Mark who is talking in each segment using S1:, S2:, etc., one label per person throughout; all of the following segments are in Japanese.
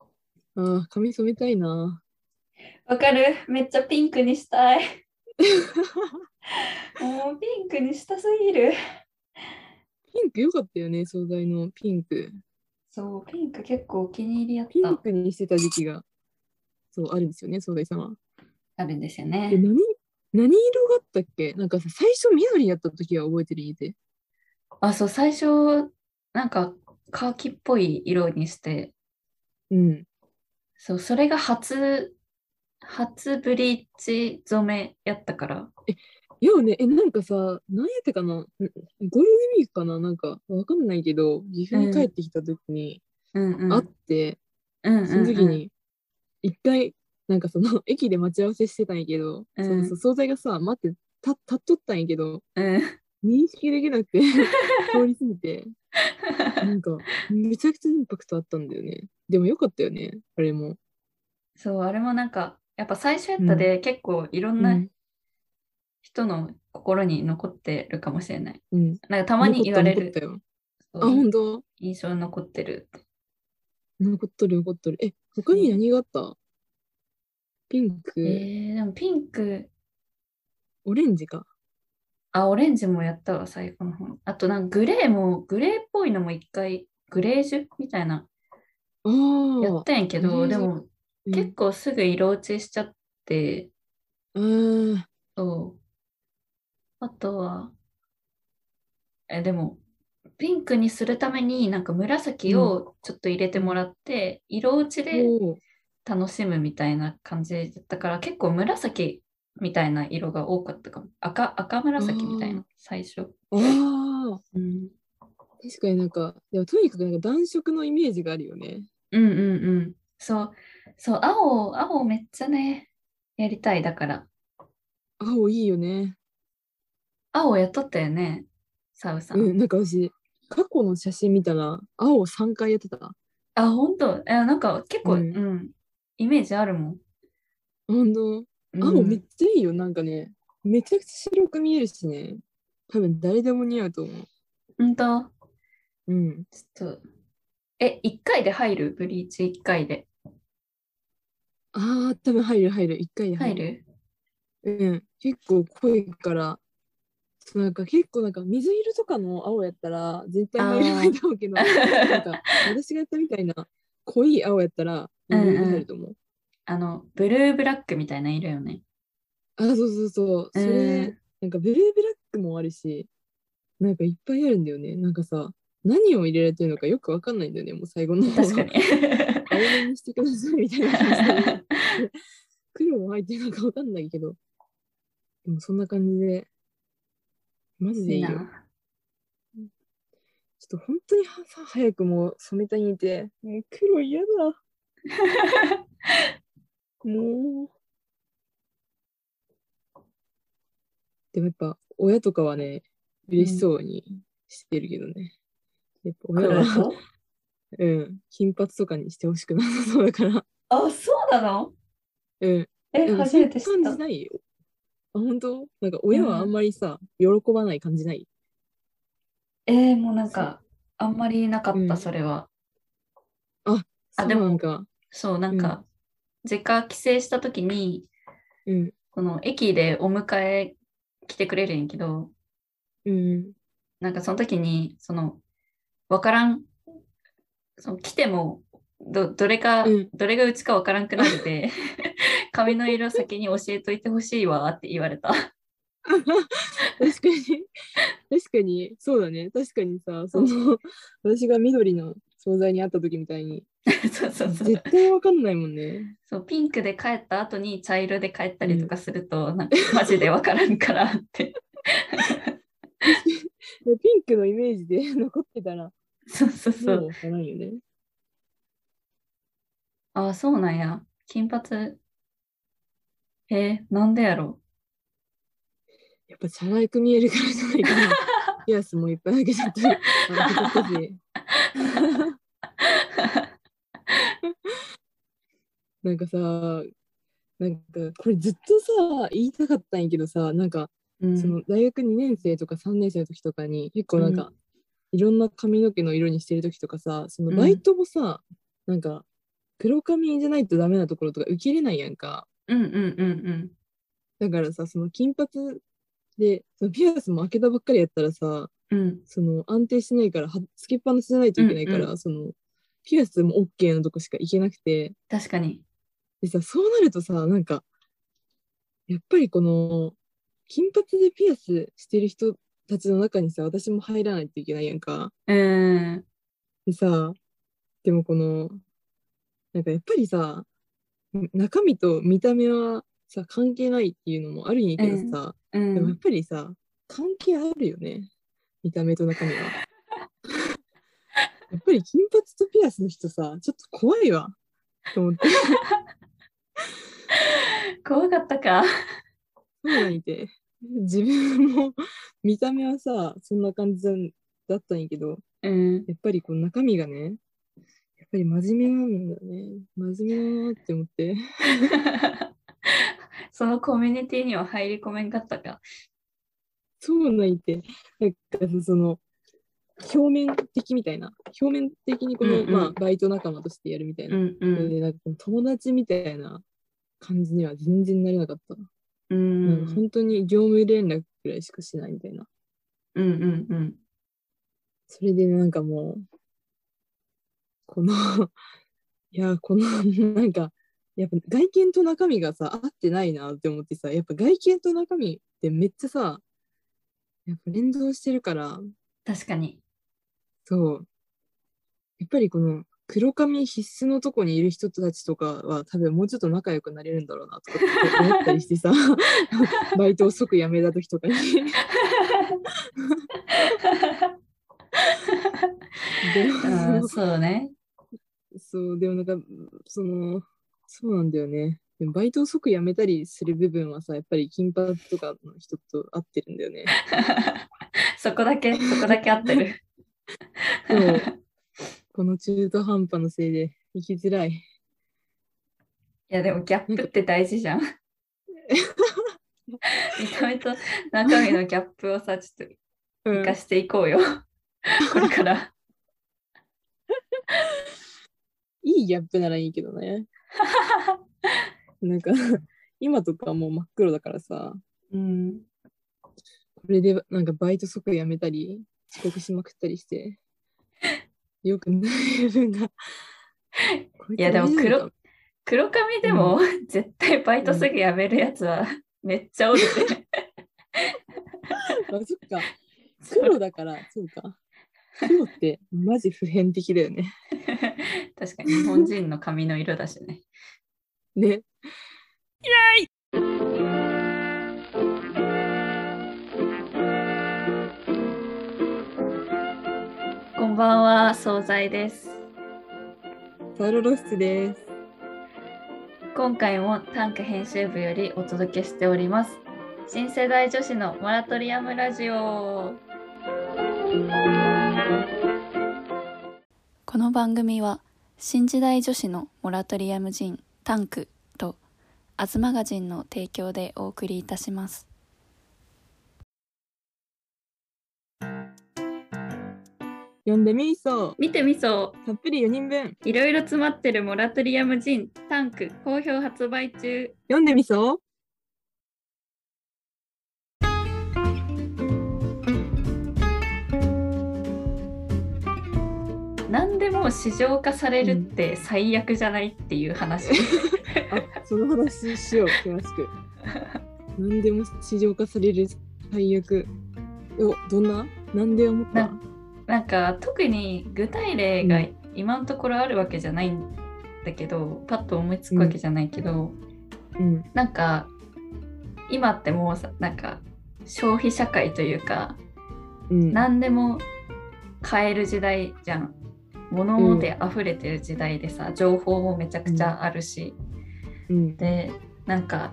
S1: ああ、髪染めたいな。
S2: わかるめっちゃピンクに したい。もうピンクにしたすぎる。
S1: ピンク良かったよね、惣菜のピンク。
S2: そう、ピンク結構お気に入りやっ
S1: ピン
S2: た。
S1: クにしてた時期が、そう、あるんですよね、惣菜様。
S2: あるんですよ
S1: で
S2: ね。
S1: 何何色があったっけなんかさ、最初緑やった時は覚えてる家で。
S2: あ、そう、最初、なんか、カーキっぽい色にして、
S1: うん。
S2: そう、それが初、初ブリーチ染めやったから。
S1: いやね、え、なんかさ、何やってかな、んゴールデンウィークかな、なんかわかんないけど、岐阜に帰ってきた時に
S2: うんうん。
S1: 会って、
S2: うんうんうん
S1: その時に、一回、なんかその駅で待ち合わせしてたんやけど、
S2: うん
S1: そうそう、惣菜がさ、待って、た立っとったんやけど、
S2: うん。
S1: 認識できなく て、通り過ぎて、なんか、めちゃくちゃインパクトあったんだよね。でもよかったよね、あれも。
S2: そう、あれもなんか、やっぱ最初やったで、結構いろ
S1: うん。
S2: なん人の心に残ってるかもしれない。
S1: うん、
S2: なんかたまに言われ
S1: 残
S2: る
S1: っ。たよ。あ、
S2: そう
S1: 本当
S2: 印象に残ってる。
S1: 残っとる残っとる。え、他に何があったピンク、
S2: えー、でもピンク、
S1: オレンジか。
S2: あ、オレンジもやったわ、最後の方。あとなんかグレーも、グレーっぽいのも一回、グレージュみたい
S1: あ
S2: な、
S1: あ。
S2: やったんやけ
S1: グレー
S2: ど、
S1: ジ
S2: で
S1: ュ
S2: も結構すぐ色落ちしちゃって、
S1: うん、あー
S2: そう。あとは、え、でも、ピンクにするために、なんか紫をちょっと入れてもらって、色落ちで
S1: おー
S2: 楽しむみたいな感じだったから結構紫みたいな色が多かったかも赤赤紫みたい
S1: あ
S2: な最初、
S1: あー。
S2: うん、
S1: 確かになんか、でもとにかくなんか暖色のイメージがあるよね。
S2: うんうんうんそうそう青青めっちゃねやりたいだから
S1: 青いいよね。
S2: 青やっとったよねサウさん、
S1: うん、なんか私、過去の写真見たら、青3回やってた。
S2: あ本当えなんか結構、う
S1: うんん
S2: イメージあるもん、
S1: ほんと
S2: うん、
S1: 青めっちゃいいよ、なんかね。めちゃくちゃ白く見えるしね。多分誰でも似合うと思う。
S2: ほんと
S1: うん。
S2: ちょっとえ一1回で入るブリーチ1回で
S1: ああ、多分入る入る。1回で
S2: 入る
S1: うん、結構濃いから、そうなんか結構なんか水色とかの青やったら絶対入れないと思うけど、
S2: あー
S1: なんか私がやったみたいな濃い青やったら
S2: うんうん
S1: 入れると思う。
S2: あのブルーブラックみたいな色よね
S1: あ、そうそうそう。それ、
S2: うん
S1: なんかブルーブラックもあるし、なんかいっぱいあるんだよね。なんかさ、何を入れられてるのかよくわかんないんだよね、もう最後の方。
S2: 確か に。
S1: 青めにしてくださいみたいな感じで。黒も入ってるのかわかんないけど。でもそんな感じで、マジでいいよ。
S2: な
S1: ちょっと本当にはさ早くもう染めたいにて、もう黒嫌 だ。もう。でもやっぱ親とかはね、嬉しそうにしてるけどね。やっぱ親
S2: 黒だ
S1: は、
S2: と
S1: うん、金髪とかにしてほしくなさそうだから。
S2: あ、そうなの
S1: うん。
S2: え、
S1: なんか
S2: 初めて知っ
S1: そういう感
S2: た
S1: じ。ないよ。あ、本当なんか親はあんまりさ、喜ばない感じない。
S2: えーもうなんか、あんまりなかっ
S1: う
S2: た、
S1: ん
S2: それは。あ
S1: そう
S2: でも
S1: なんか、
S2: そう、なんか、実家帰省した時に、
S1: うん、
S2: この駅でお迎え来てくれるんやけど、
S1: うん、
S2: なんかその時に、その、わからん、その来ても、どどれか、
S1: うん
S2: どれがうちかわからんくなるて、 髪の色先に教えといてほしいわって言われた。
S1: 確かに 確かにそうだね確かにさその私が緑の惣菜に会った時みたいに
S2: そうそうそう。
S1: 絶対わかんないもんね
S2: そうピンクで帰った後に茶色で帰ったりとかすると、なんかマジで分からんからって
S1: でピンクのイメージで 残ってたら
S2: そうそうそ
S1: も
S2: う
S1: うわからんよね
S2: ああそうなんや金髪えー、なんでやろ
S1: やっぱチャラく見えるからじゃないか なピアスもいっぱい開けちゃってあ開けちゃったしなんかさなんかこれずっとさ言いたかったんやけどさなんか
S2: う、うん、
S1: その大学2年生とか3年生の時とかに結構なんか、
S2: う
S1: いろんな髪の毛の色にしてる時とかさその
S2: うん
S1: バイトもさ、なんか黒髪じゃないとダメなところとか受け入れないやんか。
S2: うんうんうん
S1: だからさ、その金髪で、そのピアスも開けたばっかりやったらさ、
S2: うん。うん。
S1: その安定してないから、はつけっぱなしじゃないといけないから、
S2: うん
S1: その、ピアスも OK のとこしか行けなくて、
S2: 確かに。
S1: でさ、そうなるとさ、なんか、やっぱりこの、金髪でピアスしてる人たちの中にさ、私も入らないといけないやんか。
S2: うーん。
S1: でさ、でもこの、なんかやっぱりさ、ん中身と見た目はさ、関係ないっていうのもあるんやけどさ、
S2: う
S1: でもやっ
S2: ん。
S1: ぱりさ、関係あるよね。見た目と中身 は。やっぱり金髪とピアスの人さ、ちょっと怖いわ。と思って、
S2: 怖かったか。
S1: そうなんて。自分も見た目はさ、そんな感じだったんやけど、
S2: うん。
S1: やっぱりこう中身がね、やっぱり真面目なんだよね。真面目だなって思って。
S2: そのコミュニティには入り込めんかったか。
S1: そうなんいて、なんかその、表面的みたいな、表面的にこの、
S2: うんうん
S1: まあ、バイト仲間としてやるみたいな。
S2: うんう
S1: それ
S2: ん。
S1: でなんか友達みたいな感じには全然なれなかった。
S2: う
S1: なん
S2: ん
S1: か本当に業務連絡くらいしかしないみたいな。
S2: うんうんうん。
S1: それでなんかもう、この、 いや、この、なんか、やっぱ外見と中身がさ、合ってないなって思ってさ、やっぱ外見と中身ってめっちゃさ、やっぱ連動してるから、
S2: 確か に。
S1: そう。やっぱりこの黒髪必須のとこにいる人たちとかは多分もうちょっと仲良くなれるんだろうなとかって思ったりしてさ、バイトを即辞めた時とかに、で
S2: う
S1: も
S2: ん、そうね。
S1: そう、でもなんか、その、そうなんだよね。でもバイトを即辞めたりする部分はさ、やっぱり金髪とかの人と合ってるんだよね。
S2: そこだけ、そこだけ合ってる。
S1: そう。この中途半端のせいで生きづらい。
S2: いやでもギャップって大事じ ゃん。見た目と中身のギャップをさ、ちょっ
S1: う
S2: と
S1: ん
S2: 生かしていこ うよ。これから。
S1: いいギャップならいいけどね。なんか 今とかもう真っ黒だからさ
S2: うん、
S1: これでなんかバイト即辞めたり遅刻しまくったりしてよくない部分が
S2: いやでも黒黒髪でも、絶対バイト
S1: うん
S2: すぐ辞めるやつはめっちゃおる で。
S1: あそっか黒だからそうか黒ってマジ普遍的だよね
S2: 確かに日本人の髪の色だしね。
S1: ね
S2: こんばんは、惣菜です。
S1: サロロ室です
S2: 今回も短歌編集部よりお届けしております。新世代女子のモラトリアムラジオ。
S3: この番組は新時代女子のモラトリアム人タンクとアズマガジンの提供でお送りいたします
S1: 呼んでみいそう
S2: 見てみそう。
S1: たっぷり4人分
S2: いろいろ詰まってるモラトリアムジンタンク好評発売中
S1: 読んでみそう
S2: 何でも市場化されるって最悪じゃないっていう話
S1: あその話しよう詳しく何でも市場化される最悪おどんな何で思った
S2: ななんか特に具体例が今のところあるわけじゃないんだけどパッと思いつくわけじゃないけど、
S1: うん
S2: なんか今ってもうさなんか消費社会というか
S1: うん
S2: 何でも買える時代じゃん物で溢れてる時代でさ、情報もめちゃくちゃあるし、
S1: うん
S2: でなんか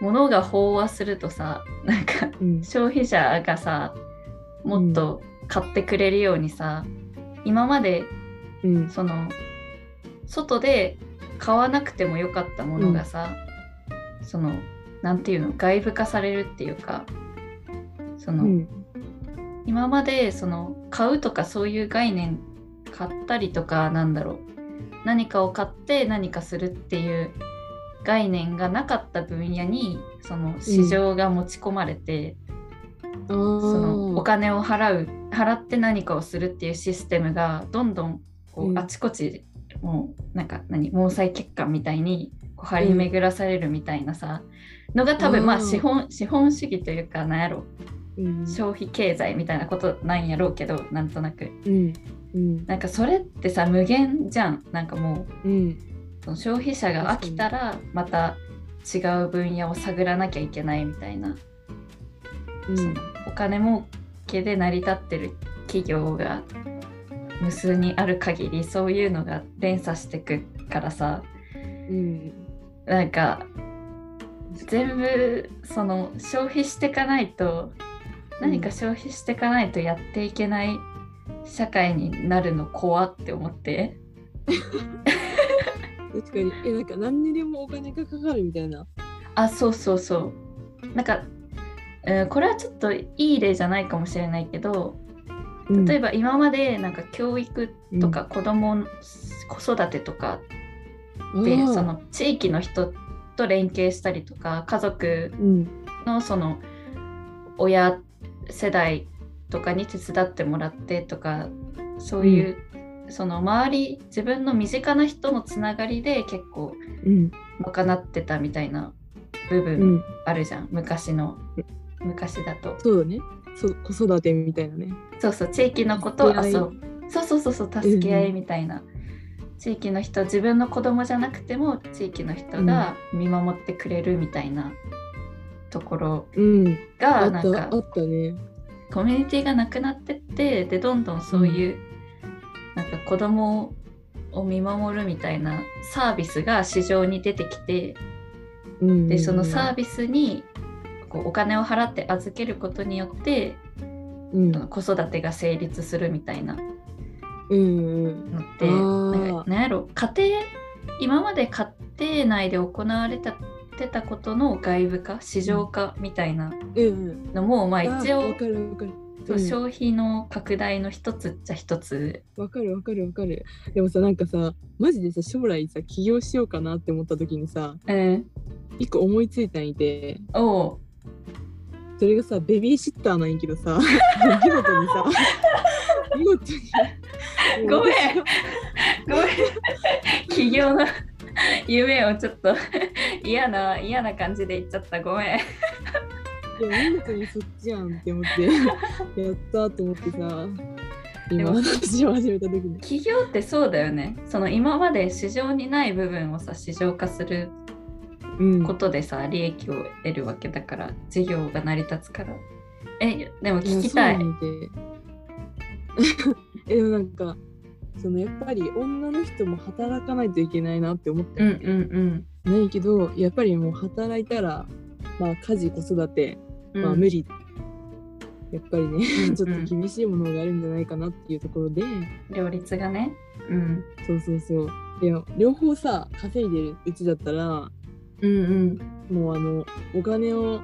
S2: 物が飽和するとさなんか
S1: うん
S2: 消費者がさもっと買ってくれるようにさ、今まで
S1: うん
S2: その外で買わなくてもよかったものがさ、そのなんていうの外部化されるっていうかその、
S1: うん
S2: 今までその買うとかそういう概念買ったりとかなんだろう何かを買って何かするっていう概念がなかった分野にその市場が持ち込まれて、
S1: そ
S2: そのお金を払う払って何かをするっていうシステムがどんどんこ
S1: うん
S2: うあちこちもうなんか何毛細血管みたいにこう張り巡らされるみたいなさ、のが多分
S1: う
S2: まあ
S1: ん
S2: 資本資本主義というかなんやろ
S1: うん
S2: 消費経済みたいなことなんやろうけどなんとなく
S1: うんうん
S2: なんかそれってさ無限じゃんなんかもう
S1: うん
S2: その消費者が飽きたらまた違う分野を探らなきゃいけないみたいな、
S1: うん
S2: そのお金儲けで成り立ってる企業が無数にある限りそういうのが連鎖してくからさ
S1: うん
S2: なんか全部その消費していかないと何か消費していかないとやっていけない社会になるの怖って思って
S1: 確かにえなんか何にでもお金がかかるみたいな
S2: あそうそうそうなんか、うんこれはちょっといい例じゃないかもしれないけど例え
S1: ば
S2: ば今までなんか教育とか子供の子育てとかで、その地域の人と連携したりとか家族
S1: うん
S2: のその親世代とかに手伝ってもらってとかそういう、その周り自分の身近な人のつながりで結構
S1: うん
S2: 賄ってたみたいな部
S1: う
S2: 分
S1: ん
S2: あるじゃん、昔の昔だと
S1: そうだねそう子育てみたいなね
S2: そうそう地域のこと
S1: 助け
S2: あ
S1: 合い
S2: そうそうそうそうそう助け合いみたいな、地域の人自分の子供じゃなくても地域の人が見守ってくれるみたいなところ
S1: うんあ
S2: が
S1: っ
S2: なんか
S1: たあったね
S2: コミュニティがなくなってってでどんどんそういう、なんか子供を見守るみたいなサービスが市場に出てきて
S1: うん
S2: でそのサービスにこうお金を払って預けることによって
S1: うん
S2: その子育てが成立するみたいな
S1: うんうん
S2: のって
S1: あ
S2: な
S1: ー
S2: んかなんやろ家庭今まで家庭内で行われたてたことの外部化市場化みたいな
S1: うん
S2: のも、まあ
S1: あ
S2: 一応
S1: わかるわかる
S2: そううん消費の拡大の一つっちゃ一つ
S1: わかるわかるわかるでもさなんかさマジでさ将来さ起業しようかなって思った時にさ
S2: うん、
S1: 一個思いついたんいて
S2: おう
S1: それがさベビーシッターなんやけどさ見事にさ見事に
S2: ごめんごめん企業の 夢をちょっと 嫌な嫌な感じで言っちゃったごめん
S1: いや見事にそっちやんって思ってやったと思ってさ
S2: で
S1: 今
S2: も
S1: 話を始めた時に
S2: 企業ってそうだよねその今まで市場にない部分をさ市場化する
S1: うん
S2: ことでさ利益を得るわけだから事業が成り立つからえでも聞きたい
S1: やそうなんで えでもなんかそのやっぱり女の人も働かないといけないなって思った
S2: うん
S1: わ
S2: う
S1: け
S2: ん
S1: ないけどやっぱりもう働いたら、まあ、家事子育て、
S2: うん
S1: まあ、無理、やっぱりね
S2: うん
S1: ちょっと厳しいものがあるんじゃないかなっていうところで、
S2: 両立がねうん
S1: そうそうそうで両方さ稼いでるうちだったら
S2: うん
S1: もうあのお金を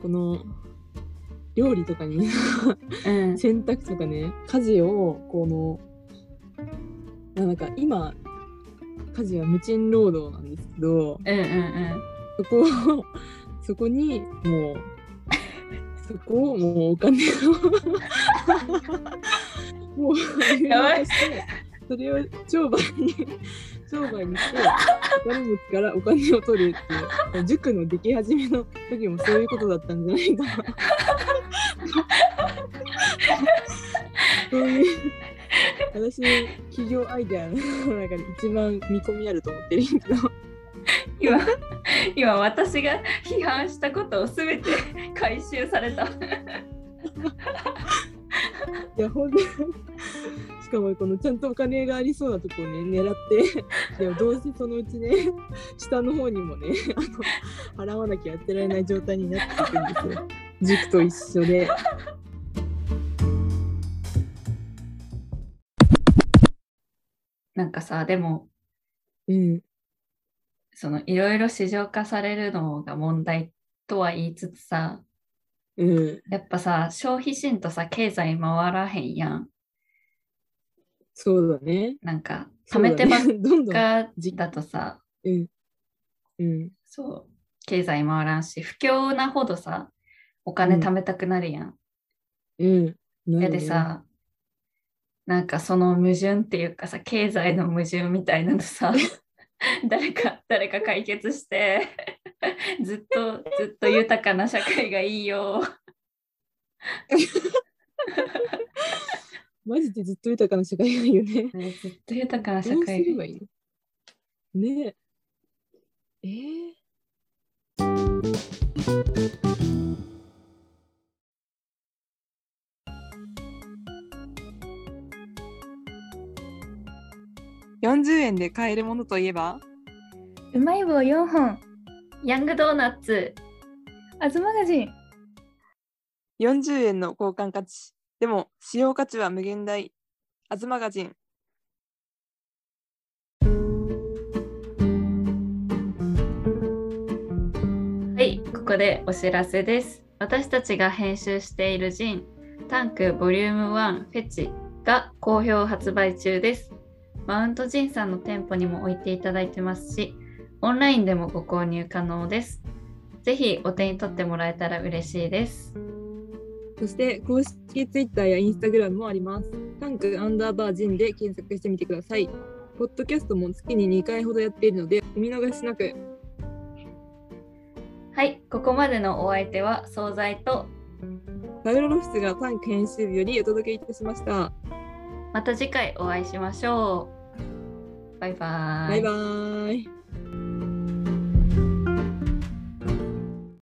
S1: この料理とかに
S2: うんうん
S1: 洗濯とかね家事をこのなんか今家事は無賃労働なんですけど
S2: うんうん
S1: そこをそこにもうそこをもうお金をもう流
S2: やば
S1: 用
S2: い
S1: してそれを商売に商売にしてお金持ちからお金を取るっていう塾のでき始めの時もそういうことだったんじゃないかな。そういう私の企業アイデアの中で一番見込みあると思ってるんやけど。
S2: 今今私が批判したことを全て回収された
S1: いや、ほんと しかも、このちゃんとお金がありそうなとこをね、狙って、 でもどうせそのうちね、 下の方にもね、 あの払わなきゃやってられない状態になっていくん ですよ。塾と一緒で。
S2: なんかさでも
S1: うん。
S2: そのいろいろ市場化されるのが問題とは言いつつさ
S1: うん。
S2: やっぱさ消費心とさ経済回らへんやん
S1: そうだね。
S2: なんか
S1: そ
S2: 貯
S1: うだ
S2: め
S1: ね
S2: てば っ
S1: どんどん。
S2: かだとさ
S1: うん。うん。
S2: そう経済回らんし不況なほどさお金
S1: うん
S2: 貯めたくなるやん。
S1: うん。なるね
S2: やで、さなんかその矛盾っていうかさ経済の矛盾みたいなの さ誰か誰か解決して ずっとずっと豊かな社会がいいよ。
S1: マジでずっと豊かな社会がいいよね。
S2: ねずっと豊かな社
S1: どうす
S2: 会
S1: ればいいのねえ。えー
S4: 40円で買えるものといえば
S5: うまい棒4本
S2: ヤングドーナツ
S5: アズマガジン
S4: 40円の交換価値でも使用価値は無限大アズマガジン
S2: はい、ここでお知らせです。私たちが編集しているジン、タンクボリューム1フェチが好評発売中です。マウントジンさんの店舗にも置いていただいてますし、オンラインでもご購入可能です。ぜひお手に取ってもらえたら嬉しいです。
S1: そして公式ツイッターやインスタグラムもあります。タンクアンダーバージンで検索してみてください。ポッドキャストも月に2回ほどやっているので、お見逃しなく。
S2: はい、ここまでのお相手は惣菜と、
S1: パウロロフスがタンク編集部よりお届けいたしました。
S2: また次回お会いしましょう。バイバー
S1: バイバーイ。